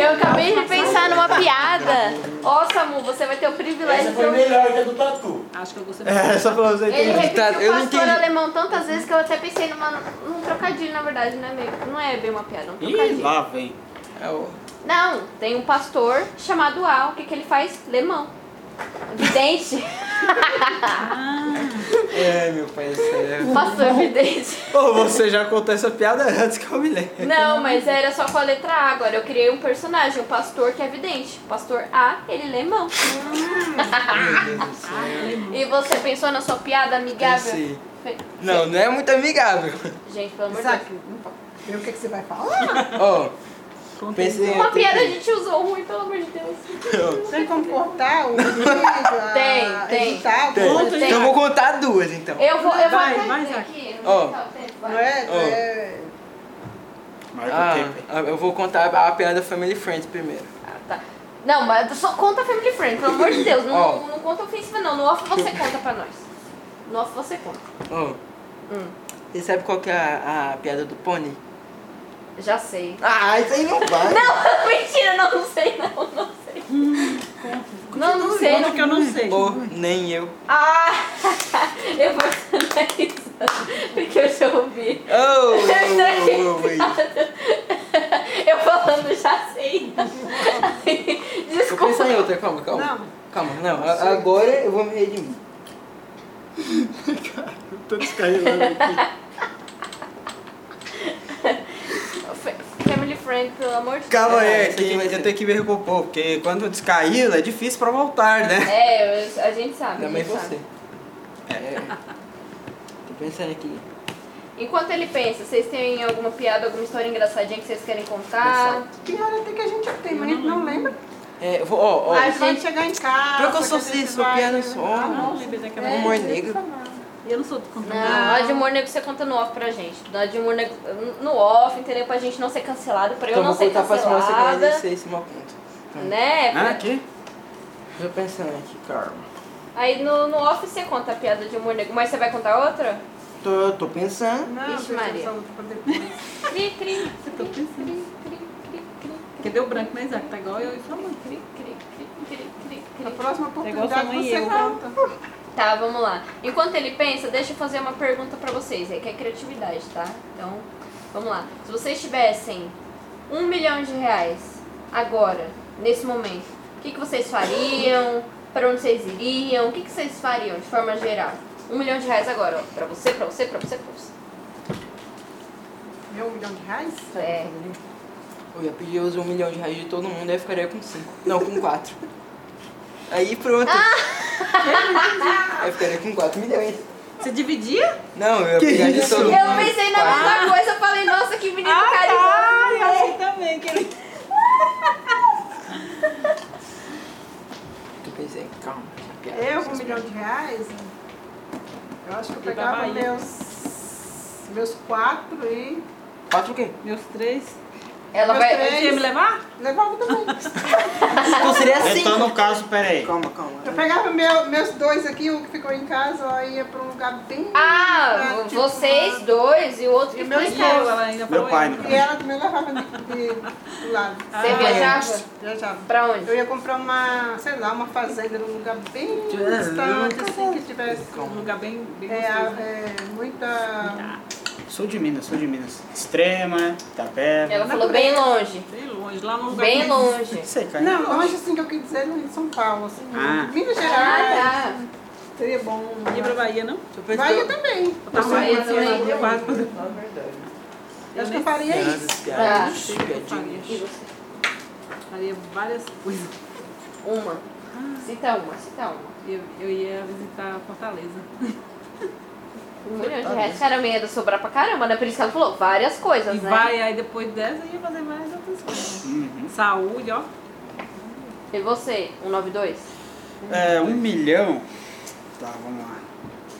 Speaker 1: Eu acabei de pensar numa piada. Ó, Samu, você vai ter o privilégio
Speaker 6: Essa
Speaker 1: de
Speaker 6: foi
Speaker 1: ouvir.
Speaker 6: melhor que a do tatu.
Speaker 4: Acho que eu gostei.
Speaker 2: É, só pra você
Speaker 1: Ele
Speaker 2: entender.
Speaker 5: Tá,
Speaker 1: repetiu
Speaker 5: eu
Speaker 1: o
Speaker 5: não
Speaker 1: pastor
Speaker 5: entendi.
Speaker 1: alemão tantas vezes que eu até pensei numa, num trocadilho, na verdade, não é, meio, não é bem uma piada, é um
Speaker 2: Ih,
Speaker 1: trocadilho.
Speaker 2: lá vem.
Speaker 5: É o-
Speaker 1: Não, tem um pastor chamado Al, o que, que ele faz? Lemão. Vidente.
Speaker 5: É, meu pai do céu.
Speaker 1: Pastor vidente.
Speaker 2: Ô, você já contou essa piada antes que eu me lembre.
Speaker 1: Não, mas era só com a letra A agora. Eu criei um personagem, um pastor que é vidente. O pastor A, ele lê mão.
Speaker 5: Meu Deus do céu.
Speaker 1: E você pensou na sua piada Ah, amigável?
Speaker 5: Pensei.
Speaker 1: Fe-
Speaker 5: Não, não é muito amigável.
Speaker 1: Gente, pelo amor de
Speaker 3: Isaac,
Speaker 1: Deus.
Speaker 3: não pode. Vê o que, que você vai falar?
Speaker 5: Ó,
Speaker 4: Contei.
Speaker 5: pensei.
Speaker 1: Uma piada de tiozão ruim, pelo amor de Deus.
Speaker 3: Sem comportar o vídeo, a
Speaker 1: Tem, tem.
Speaker 3: editar,
Speaker 5: Tem.
Speaker 3: o
Speaker 1: Tem.
Speaker 5: Então eu vou contar duas então.
Speaker 1: Eu vou, eu vou
Speaker 4: Vai,
Speaker 1: até
Speaker 4: vai,
Speaker 1: dizer
Speaker 4: Isaac.
Speaker 1: aqui. tá,
Speaker 5: Ó.
Speaker 3: Não é? é-
Speaker 2: Marca o
Speaker 5: Ah,
Speaker 2: tempo.
Speaker 5: eu vou contar a piada Family Friends primeiro.
Speaker 1: Ah, tá. Não, mas só conta Family Friend, pelo amor de Deus. Não,
Speaker 5: Ó.
Speaker 1: não conta ofensiva, não. No off você conta pra nós. No off você conta.
Speaker 5: Ó,
Speaker 1: Hum,
Speaker 5: você sabe qual que é a, a piada do pônei?
Speaker 1: já sei.
Speaker 5: Ah, isso aí não vai.
Speaker 1: Não, mentira, não, não sei, não, não sei. Não, não sei.
Speaker 4: Conta que É eu
Speaker 1: Não...
Speaker 4: não sei.
Speaker 5: Pô, nem eu.
Speaker 1: Ah, eu vou analisar, porque eu já ouvi.
Speaker 5: Oh, oh, oh, oh, oh.
Speaker 1: Eu falando, já sei.
Speaker 5: Vou
Speaker 1: Desculpa.
Speaker 5: pensar em outra, calma, calma.
Speaker 3: Não.
Speaker 5: Calma, não. a- Agora eu vou me redimir.
Speaker 2: Tô descarregando aqui.
Speaker 1: Fa- Family Friend, pelo amor de
Speaker 2: Calma
Speaker 5: É,
Speaker 2: aí,
Speaker 5: isso
Speaker 2: que
Speaker 5: aqui vai
Speaker 2: eu
Speaker 5: ser.
Speaker 2: tenho que me recompor, porque quando descarrila é difícil pra voltar, né?
Speaker 1: É, eu- a gente sabe. a
Speaker 5: Também
Speaker 1: gente sabe.
Speaker 5: você. É. Tô pensando aqui.
Speaker 1: Enquanto ele pensa, vocês têm alguma piada, alguma história engraçadinha que vocês querem contar?
Speaker 3: Que hora até que a gente tem, mas a gente não lembra.
Speaker 5: É, eu vou, ó, ó.
Speaker 3: a gente
Speaker 1: gente-
Speaker 3: vai chegar em casa.
Speaker 5: Pior que eu
Speaker 3: a
Speaker 5: sou
Speaker 3: gente
Speaker 5: cis, sou
Speaker 3: vai-
Speaker 5: piano, sou
Speaker 3: Ah,
Speaker 5: homem.
Speaker 4: Não,
Speaker 3: não.
Speaker 4: Libra, que
Speaker 5: É.
Speaker 4: é
Speaker 5: Humor negro.
Speaker 4: E eu não sou contra
Speaker 1: Não, a Ah, de humor negro você conta no off pra gente. A de humor negro no off, entendeu? Pra gente não ser cancelado, pra eu
Speaker 5: Então
Speaker 1: não
Speaker 5: vou
Speaker 1: ser
Speaker 5: contar pra semana você ganhar
Speaker 1: cancelada.
Speaker 5: desse, esse mal ponto.
Speaker 1: Né?
Speaker 2: Ah, aqui?
Speaker 5: Tô pensando aqui, calma.
Speaker 1: Aí no, no off você conta a piada de humor negro, mas você vai contar outra?
Speaker 5: Tô, tô pensando.
Speaker 3: Não,
Speaker 1: Vixe,
Speaker 3: deixa eu
Speaker 1: Maria.
Speaker 3: usar outra pra depois.
Speaker 1: Cri, cri,
Speaker 4: Você tá pensando. Porque deu branco, né, Isaac? Tá igual eu e sua mãe.
Speaker 1: cri, cri, cri, cri,
Speaker 3: Na
Speaker 1: cri.
Speaker 3: próxima
Speaker 4: igual sua
Speaker 3: oportunidade
Speaker 4: mãe e
Speaker 3: você
Speaker 4: eu,
Speaker 3: volta.
Speaker 1: Tá, vamos lá. Enquanto ele pensa, deixa eu fazer uma pergunta pra vocês. É que é criatividade, tá? Então, vamos lá. Se vocês tivessem um milhão de reais agora, nesse momento, o que, que vocês fariam? Pra onde vocês iriam? O que, que vocês fariam de forma geral? Um milhão de reais agora, ó. Pra você, pra você, pra você, pra você.
Speaker 3: Meu um milhão de reais?
Speaker 1: É.
Speaker 5: Eu ia pedir os um milhão de reais de todo mundo, aí eu ficaria com cinco. Não, com quatro. Aí pronto.
Speaker 1: Ah!
Speaker 5: Aí eu ficaria com quatro milhões.
Speaker 4: Você dividia?
Speaker 5: Não, eu ia
Speaker 2: Que
Speaker 5: pegar de
Speaker 2: isso?
Speaker 5: todo mundo.
Speaker 1: Eu pensei na
Speaker 5: Quatro.
Speaker 1: mesma
Speaker 3: Ah.
Speaker 1: coisa, eu falei, nossa, que menino
Speaker 3: tá.
Speaker 4: Ai,
Speaker 1: carinhoso.
Speaker 4: achei também. Que tá ele...
Speaker 5: Eu pensei, calma. piada,
Speaker 3: Eu com um
Speaker 5: essas
Speaker 3: milhão de reais? Eu acho que eu
Speaker 4: E pra
Speaker 3: pegava
Speaker 4: Bahia.
Speaker 3: meus, meus quatro e
Speaker 5: coisas. Quatro o quê?
Speaker 4: Meus três.
Speaker 1: Ela
Speaker 3: Meus
Speaker 1: vai.
Speaker 3: três.
Speaker 4: Você ia me levar?
Speaker 3: levava também.
Speaker 5: Então seria
Speaker 2: Então,
Speaker 5: cinco.
Speaker 2: no caso, peraí.
Speaker 5: Calma, calma.
Speaker 3: Eu pegava meu, meus dois aqui, um que ficou em casa, ó, ia pra um lugar bem.
Speaker 1: Ah,
Speaker 3: tipo,
Speaker 1: vocês dois e o outro
Speaker 3: E
Speaker 1: que
Speaker 3: meu
Speaker 1: foi em
Speaker 3: esposo.
Speaker 1: casa.
Speaker 4: ela ainda
Speaker 2: Meu pai, né?"
Speaker 3: uma- E ela também levava de, de, do lado. É,
Speaker 1: Você
Speaker 4: Ah,
Speaker 1: viajava?
Speaker 3: Viajava.
Speaker 1: Pra onde?
Speaker 3: Eu ia comprar uma, sei lá, uma fazenda num lugar bem
Speaker 5: Tchau.
Speaker 3: distante, assim, que tivesse
Speaker 4: Um lugar bem, bem
Speaker 3: é,
Speaker 4: gostoso. né?
Speaker 3: é, muita.
Speaker 2: Sul de Minas, sul de Minas. Extrema, Itapeva.
Speaker 1: Ela falou bem longe.
Speaker 4: Bem longe, lá num lugar
Speaker 1: é. Bem
Speaker 4: bem-
Speaker 1: longe.
Speaker 2: Não sei, cara.
Speaker 3: Não, longe assim que eu quis dizer em São Paulo, assim.
Speaker 2: Ah.
Speaker 3: Minas Gerais
Speaker 1: Ah, tá.
Speaker 3: seria bom. né?
Speaker 4: Ia pra Bahia, não?
Speaker 5: Tô pensando-
Speaker 3: Bahia também.
Speaker 4: Tá
Speaker 1: Bahia
Speaker 4: bom,
Speaker 1: também.
Speaker 4: eu quase-
Speaker 5: Na verdade.
Speaker 3: Eu acho que eu faria isso.
Speaker 5: Piadas, piadas,
Speaker 4: Tá.
Speaker 1: E
Speaker 5: piadinhas.
Speaker 1: você?
Speaker 4: Faria várias coisas.
Speaker 1: Uma. Cita uma, cita uma.
Speaker 4: Eu, eu ia visitar Fortaleza.
Speaker 1: Um milhão de reais, cara, meia ia sobrar pra caramba, né? Por isso que ela falou várias coisas,
Speaker 4: E
Speaker 1: né?
Speaker 4: vai, aí depois dessa eu ia fazer várias outras coisas.
Speaker 2: Uhum.
Speaker 4: Saúde, ó.
Speaker 1: E você, 192?
Speaker 2: É, um milhão. Tá, vamos lá.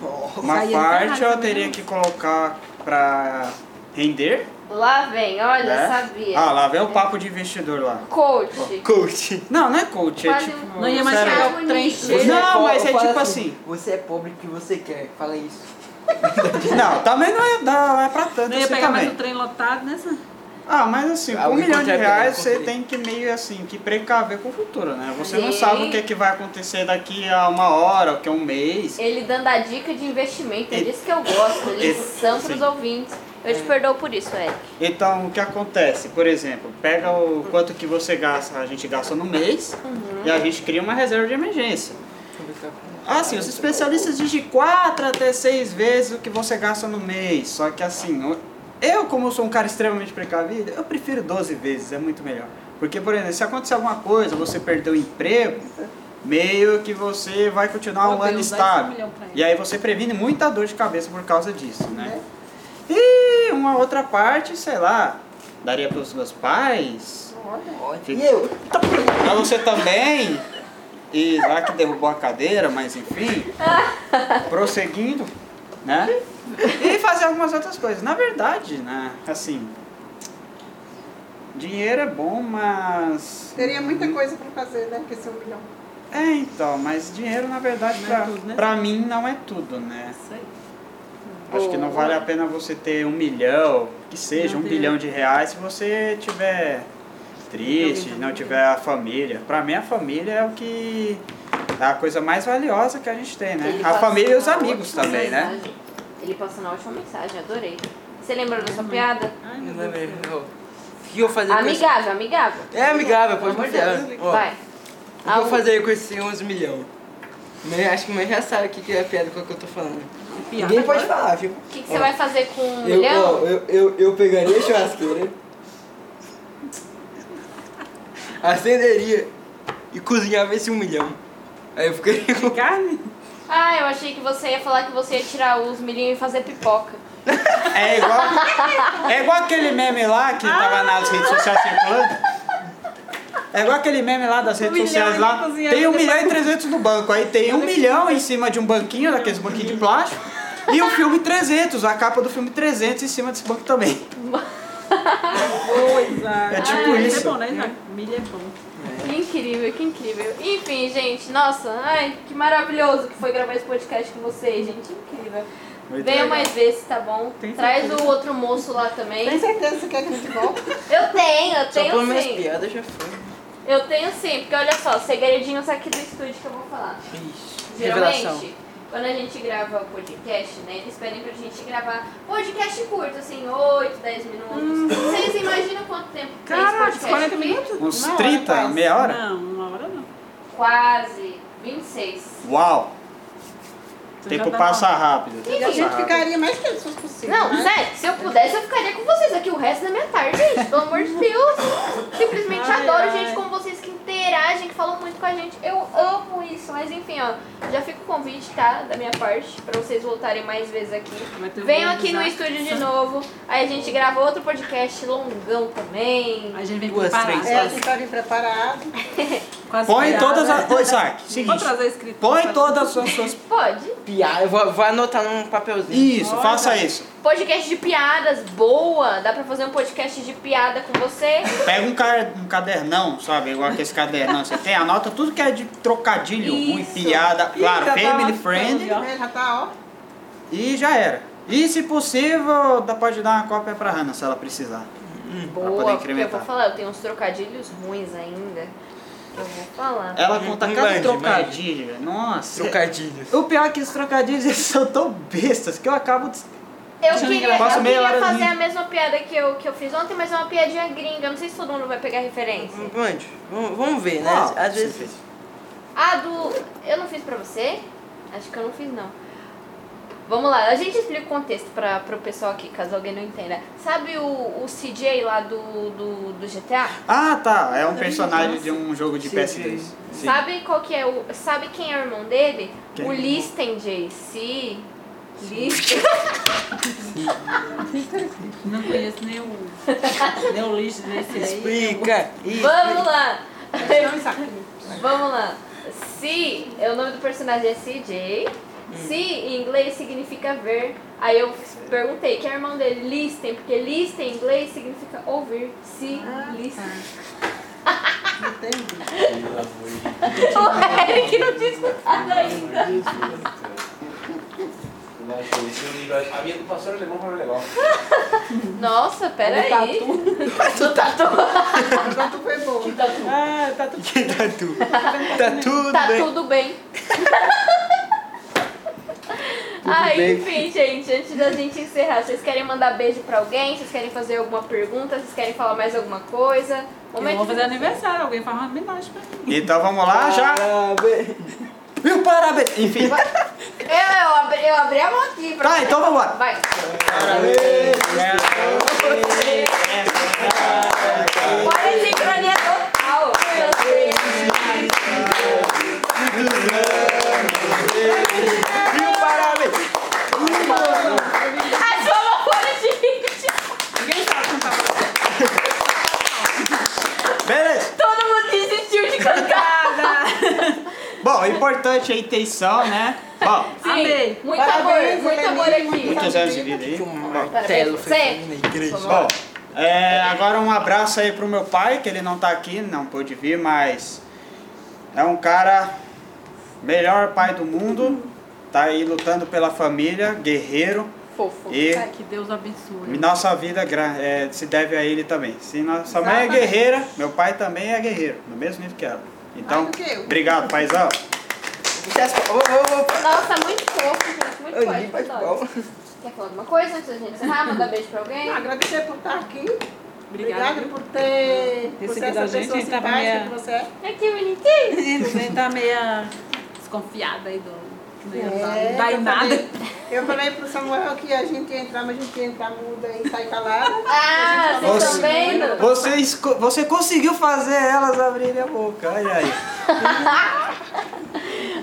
Speaker 5: Porra.
Speaker 2: Uma
Speaker 4: Saía
Speaker 2: parte
Speaker 4: ferrado,
Speaker 2: eu
Speaker 4: né?
Speaker 2: teria que colocar pra render.
Speaker 1: Lá vem, olha,
Speaker 2: né?
Speaker 1: sabia.
Speaker 2: Ah, lá vem o papo de investidor lá.
Speaker 1: Coach.
Speaker 5: Coach.
Speaker 2: Não, não é coach, é
Speaker 1: Quase
Speaker 2: tipo.
Speaker 1: um-
Speaker 4: Não ia mais
Speaker 2: sério.
Speaker 4: pegar o trem
Speaker 1: Você-
Speaker 5: Você
Speaker 4: cheio.
Speaker 2: Não,
Speaker 5: po-
Speaker 2: mas é
Speaker 5: fala
Speaker 2: tipo assim.
Speaker 5: Você é pobre porque você quer. Fala isso.
Speaker 2: Não, também não é, não é pra tanto
Speaker 4: Não ia
Speaker 2: assim
Speaker 4: pegar
Speaker 2: também.
Speaker 4: mais o trem lotado, né? Sam?
Speaker 2: Ah, mas assim, com um
Speaker 5: Alguém
Speaker 2: milhão de
Speaker 5: contrai pra
Speaker 2: reais
Speaker 5: ele,
Speaker 2: você
Speaker 5: conferir.
Speaker 2: tem que meio assim, que precaver com o futuro, né? Você não
Speaker 1: Sim.
Speaker 2: sabe o que, é que vai acontecer daqui a uma hora, o que é um mês.
Speaker 1: Ele dando a dica de investimento, é
Speaker 2: E-
Speaker 1: disso que eu gosto,
Speaker 2: E-
Speaker 1: lição pros
Speaker 2: sim.
Speaker 1: ouvintes. Eu te perdoo por isso, Eric.
Speaker 2: Então, o que acontece? Por exemplo, pega o quanto que você gasta, a gente gasta no mês, e a gente cria uma reserva de emergência.
Speaker 5: tá
Speaker 2: Assim, os especialistas dizem de 4 até 6 vezes o que você gasta no mês. Só que assim, eu- eu como sou um cara extremamente precavido, eu prefiro 12 vezes, é muito melhor. Porque, por exemplo, se acontecer alguma coisa, você perdeu o emprego, meio que você vai continuar
Speaker 4: Meu
Speaker 2: um
Speaker 4: Deus,
Speaker 2: ano
Speaker 4: dá esse um
Speaker 2: estável.
Speaker 4: milhão pra ele.
Speaker 2: E aí você previne muita dor de cabeça por causa disso, né? E uma outra parte, sei lá, daria para os meus pais,
Speaker 5: E eu?
Speaker 2: Pra você também. E lá que derrubou a cadeira, mas enfim. prosseguindo, né? E fazer algumas outras coisas. Na verdade, né? Assim. Dinheiro é bom, mas.
Speaker 3: Teria muita coisa pra fazer, né? Porque esse um milhão.
Speaker 2: É, então, mas dinheiro na verdade
Speaker 4: Não é
Speaker 2: pra,
Speaker 4: tudo, né?
Speaker 2: pra mim não é tudo, né?
Speaker 4: Isso aí.
Speaker 2: Acho que não
Speaker 1: Boa.
Speaker 2: vale a pena você ter um milhão, que seja,
Speaker 4: Não
Speaker 2: um
Speaker 4: ter-
Speaker 2: bilhão de reais se você tiver triste,
Speaker 4: Alguém tá
Speaker 2: não
Speaker 4: muito
Speaker 2: tiver a família. Pra mim a família é o que. É a coisa mais valiosa que a gente tem, né?
Speaker 1: Ele
Speaker 2: A família e os
Speaker 1: passou na
Speaker 2: amigos
Speaker 1: última
Speaker 2: também, né?
Speaker 1: mensagem. Ele passou na última mensagem, adorei. Você lembrou da sua piada?
Speaker 4: Ai,
Speaker 5: Não é
Speaker 4: meu
Speaker 5: lembrei.
Speaker 4: Deus. do céu.
Speaker 5: não. O que eu vou fazer com esse...
Speaker 1: Amigável, amigável.
Speaker 5: É amigável, pode
Speaker 4: Pelo amor de
Speaker 5: mandar.
Speaker 4: Deus,
Speaker 5: Ó,
Speaker 1: Vai.
Speaker 5: O que eu vou fazer com esse 11 milhão? Mãe, acho que mãe já sabe o que que é a piada com a que eu tô falando.
Speaker 4: Piada.
Speaker 5: Ninguém pode falar, viu?
Speaker 1: O que, que você vai fazer com um
Speaker 5: Eu, ó,
Speaker 1: milhão?
Speaker 5: eu, eu, eu pegaria a churrasqueira, acenderia e cozinhava esse um milhão. Aí eu ficaria com
Speaker 4: Carne?
Speaker 1: Ah, eu achei que você ia falar que você ia tirar os milhinhos e fazer pipoca.
Speaker 2: É igual, é igual aquele meme lá que
Speaker 4: Ah!
Speaker 2: tava nas redes sociais circulando. É igual aquele meme lá das redes
Speaker 4: Um milhão
Speaker 2: sociais
Speaker 4: de
Speaker 2: lá.
Speaker 4: cozinheiros
Speaker 2: Tem um
Speaker 4: que
Speaker 2: milhão e trezentos no banco. Aí tem um milhão em cima de um banquinho, daqueles banquinhos de plástico. E o filme 300, a capa do filme 300 em cima desse banco também.
Speaker 4: Coisa.
Speaker 2: É tipo
Speaker 4: Milha
Speaker 2: isso.
Speaker 4: É bom, né, Isaac? Milha é bom.
Speaker 1: Que incrível, que incrível. Enfim, gente, nossa, ai, que maravilhoso que foi gravar esse podcast com vocês, gente. Incrível.
Speaker 2: Muito
Speaker 1: Venha
Speaker 2: legal.
Speaker 1: mais vezes, tá bom?
Speaker 4: Tem
Speaker 1: Traz o outro moço lá também.
Speaker 3: Tem certeza que você quer que a gente volte?
Speaker 1: Eu tenho, eu
Speaker 5: Só
Speaker 1: tenho
Speaker 5: pelas minhas
Speaker 1: sim.
Speaker 5: piadas já foi. Um
Speaker 1: Eu tenho sim, porque olha só, segredinhos aqui do estúdio que eu vou falar.
Speaker 5: Ixi, revelação.
Speaker 1: Geralmente, quando a gente grava o podcast, né, eles pedem pra gente gravar podcast curto, assim, 8, 10 minutos. Vocês imaginam quanto tempo tem esse
Speaker 4: Caraca,
Speaker 1: podcast?
Speaker 4: 40
Speaker 1: aqui?
Speaker 4: minutos?
Speaker 2: Uns
Speaker 4: Uma é hora
Speaker 2: 30,
Speaker 4: quase.
Speaker 2: meia hora?
Speaker 4: Não, uma hora não.
Speaker 1: Quase 26.
Speaker 2: Uau!
Speaker 4: Então já
Speaker 2: Tempo
Speaker 4: dá
Speaker 2: passa
Speaker 4: uma-
Speaker 2: rápido. tempo
Speaker 1: E
Speaker 3: a
Speaker 2: passa
Speaker 3: gente
Speaker 2: rápido.
Speaker 3: ficaria mais pessoas possível.
Speaker 1: Não,
Speaker 3: né?
Speaker 1: sério, se eu pudesse, eu ficaria com vocês aqui o resto da minha tarde, gente. Pelo amor de Deus. Simplesmente
Speaker 4: Ai,
Speaker 1: adoro
Speaker 4: ai.
Speaker 1: gente como vocês que interagem, que falam muito com a gente. Eu amo isso. Mas enfim, ó, já fica o convite, tá? Da minha parte, pra vocês voltarem mais vezes aqui.
Speaker 4: Vai ter o
Speaker 1: Venham
Speaker 4: bolo do
Speaker 1: aqui no
Speaker 4: Isaac.
Speaker 1: estúdio de novo. Aí a gente grava outro podcast longão também.
Speaker 4: A gente vem
Speaker 5: Duas,
Speaker 4: preparado.
Speaker 5: três,
Speaker 3: É, a gente tá bem preparado.
Speaker 4: Com as
Speaker 2: Põe
Speaker 4: piadas.
Speaker 2: todas as. Ô, Isaac,
Speaker 4: Pode
Speaker 2: seguinte.
Speaker 4: né? trazer escrito.
Speaker 2: Põe todas as suas.
Speaker 1: Pode.
Speaker 5: Piada, eu vou, vou anotar num papelzinho.
Speaker 2: Isso, faça isso.
Speaker 1: Podcast de piadas, boa. Dá pra fazer um podcast de piada com você.
Speaker 2: Pega um, ca- um cadernão, sabe? Igual aquele cadernão que você tem, anota tudo que é de trocadilho, ruim,
Speaker 4: Isso.
Speaker 2: piada,
Speaker 4: Ih,
Speaker 2: claro,
Speaker 4: já tá
Speaker 2: family
Speaker 4: anotando,
Speaker 2: friend,
Speaker 4: já.
Speaker 3: Né? Já tá, ó.
Speaker 2: e já era. E se possível, dá- pode dar uma cópia pra Hannah se ela precisar. Pra poder
Speaker 1: Hum, Boa, porque eu vou
Speaker 2: incrementar.
Speaker 1: falar, eu tenho uns trocadilhos ruins ainda. que Eu vou falar.
Speaker 2: Ela
Speaker 5: Hum,
Speaker 2: conta
Speaker 5: hum,
Speaker 2: cada
Speaker 5: mande,
Speaker 2: trocadilho, nossa.
Speaker 5: Trocadilhos.
Speaker 2: O pior é que esses trocadilhos eles são tão bestas que eu acabo de...
Speaker 1: Eu queria,
Speaker 2: Passa
Speaker 1: eu
Speaker 2: meia
Speaker 1: queria
Speaker 2: hora
Speaker 1: fazer
Speaker 2: rindo.
Speaker 1: a mesma piada que eu, que eu fiz ontem, mas é uma piadinha gringa. Eu não sei se todo mundo vai pegar a
Speaker 2: Uhum.
Speaker 1: referência.
Speaker 5: Mande, vamos, vamos ver, né?
Speaker 2: Ó,
Speaker 5: Às
Speaker 2: você
Speaker 5: vezes.
Speaker 2: fez.
Speaker 1: Ah, do. Eu não fiz pra você? Acho que eu não fiz, não. Vamos lá, a gente explica o contexto pra, pro pessoal aqui, caso alguém não entenda. Sabe o, o CJ lá do, do, do GTA?
Speaker 2: Ah, tá. É um personagem de um jogo de
Speaker 5: Sim,
Speaker 2: PS2.
Speaker 5: sim.
Speaker 2: Sim.
Speaker 1: Sabe qual que é o. Sabe quem é o irmão dele?
Speaker 2: Quem?
Speaker 1: O Listen JC. Listen.
Speaker 4: Não conheço nem o. nem o lixo nesse aí.
Speaker 5: Explica. Isso.
Speaker 1: Vamos lá!
Speaker 3: Não, Isaac.
Speaker 1: Vamos lá. Se é o nome do personagem é CJ.
Speaker 5: Hum.
Speaker 1: Se em inglês significa ver. Aí eu perguntei que é irmão dele, listen, porque listen em inglês significa ouvir. Se
Speaker 5: Ah, tá.
Speaker 1: listen.
Speaker 3: Entendi.
Speaker 6: Pelo amor
Speaker 1: O
Speaker 6: de Deus.
Speaker 1: Eric não tinha escutado ainda.
Speaker 6: Não, gente, esse livro- A minha do pastor alemão foi legal.
Speaker 1: Nossa, peraí.
Speaker 5: tá Tu tatu.
Speaker 3: Agora tu foi boa.
Speaker 4: Ah, tá tudo
Speaker 5: Que tatu? Tá tudo
Speaker 1: Tá
Speaker 5: bem.
Speaker 1: tudo bem. Ai,
Speaker 5: bem.
Speaker 1: enfim, gente, antes da gente encerrar, vocês querem mandar beijo pra alguém? Vocês querem fazer alguma pergunta? Vocês querem falar mais alguma coisa?
Speaker 4: Eu vou
Speaker 1: Momento
Speaker 4: fazer aniversário, alguém faz uma homenagem pra mim.
Speaker 2: Então vamos
Speaker 5: Ah,
Speaker 2: lá, já.
Speaker 5: Parabéns.
Speaker 2: Mil parabéns. Enfim.
Speaker 1: Eu, eu, abri, eu abri a mão aqui. pra-
Speaker 2: Tá, então vamos lá.
Speaker 1: Vai.
Speaker 2: Parabéns.
Speaker 1: Olha a sincronia total.
Speaker 2: Mil parabéns.
Speaker 1: Ai, só uma folha de gente.
Speaker 4: Ninguém sabe cantar pra você.
Speaker 2: Beleza.
Speaker 1: Todo mundo desistiu de cantar.
Speaker 2: Bom, o importante é a intenção, né? Bom,
Speaker 1: Sim,
Speaker 4: Amei.
Speaker 1: Muito
Speaker 3: Parabéns,
Speaker 1: amor, muito
Speaker 3: Helene,
Speaker 1: amor aqui.
Speaker 2: muitos anos de vida aí.
Speaker 5: Que um
Speaker 2: Bom,
Speaker 5: martelo foi
Speaker 1: Sim.
Speaker 5: feito na igreja.
Speaker 2: bom, É, agora um abraço aí pro meu pai, que ele não tá aqui, não pôde vir, mas é um cara melhor pai do mundo, tá aí lutando pela família, guerreiro.
Speaker 4: Fofo.
Speaker 2: E-
Speaker 4: Ai, que Deus abençoe.
Speaker 2: E nossa vida gra- é, se deve a ele também. Se nossa mãe é
Speaker 4: Exatamente.
Speaker 2: guerreira, meu pai também é guerreiro, no mesmo nível que ela. Então,
Speaker 3: Mais do que eu.
Speaker 2: obrigado, paizão.
Speaker 5: é Ô, ô, ô,
Speaker 1: Nossa, muito fofo, gente. Muito
Speaker 5: Eu li
Speaker 1: forte.
Speaker 5: bate
Speaker 1: adoro.
Speaker 5: palma.
Speaker 1: Quer falar alguma coisa antes da gente encerrar? Mandar beijo pra alguém?
Speaker 3: Agradecer por estar aqui.
Speaker 4: Obrigada. viu?
Speaker 3: por ter por
Speaker 4: Recebido
Speaker 3: ser essa
Speaker 4: a gente,
Speaker 3: pessoa
Speaker 4: a gente tava
Speaker 3: simpática
Speaker 4: meio-
Speaker 3: que você é.
Speaker 1: É que bonitinho.
Speaker 4: Você tá meia desconfiada aí do. que Não ia dar-
Speaker 3: É,
Speaker 4: não dá
Speaker 3: eu
Speaker 4: em
Speaker 5: tá
Speaker 4: nada.
Speaker 3: Falei, eu falei pro Samuel que a gente ia entrar, mas a gente ia entrar muda e sai calada.
Speaker 1: Ah, vocês estão
Speaker 2: Nossa.
Speaker 1: vendo?
Speaker 2: Você, esco- você conseguiu fazer elas abrirem a boca, olha aí.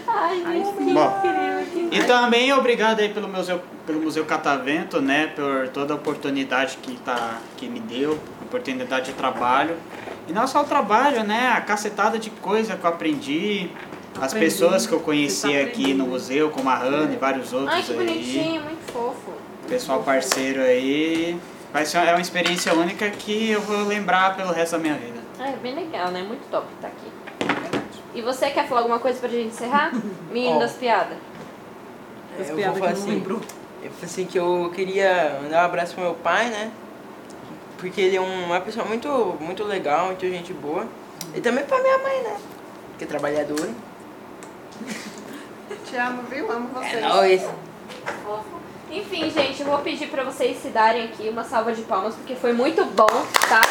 Speaker 1: Ai, gente.
Speaker 2: Bom, e também obrigado aí pelo museu, pelo museu Catavento, né, por toda a oportunidade que tá que me deu, oportunidade de trabalho. E não só o trabalho, né, a cacetada de coisa que eu aprendi, as
Speaker 4: Aprendi.
Speaker 2: pessoas que eu
Speaker 4: Você
Speaker 2: conheci
Speaker 4: tá
Speaker 2: aqui no
Speaker 4: aprendendo.
Speaker 2: museu, como a Hanna e vários outros
Speaker 1: Ai, que
Speaker 2: aí.
Speaker 1: bonitinho. Muito fofo.
Speaker 2: Pessoal parceiro aí. Vai ser é uma experiência única que eu vou lembrar pelo resto da minha vida.
Speaker 1: Ai, bem legal, né? Muito top tá aqui. E você quer falar alguma coisa pra gente encerrar? Menino
Speaker 5: Ó.
Speaker 1: das piadas.
Speaker 5: É, eu
Speaker 4: As
Speaker 5: vou
Speaker 4: piadas que
Speaker 5: falar
Speaker 4: não
Speaker 5: assim.
Speaker 4: lembrou.
Speaker 5: Eu falei assim que eu queria mandar um abraço pro meu pai, né? Porque ele é uma pessoa muito, muito legal, muito gente boa. E também pra minha mãe, né? Que é trabalhadora.
Speaker 3: Te amo, viu? Amo
Speaker 5: É
Speaker 3: vocês.
Speaker 5: nóis.
Speaker 1: Fofo. Enfim, gente, eu vou pedir pra vocês se darem aqui uma salva de palmas, porque foi muito bom, tá?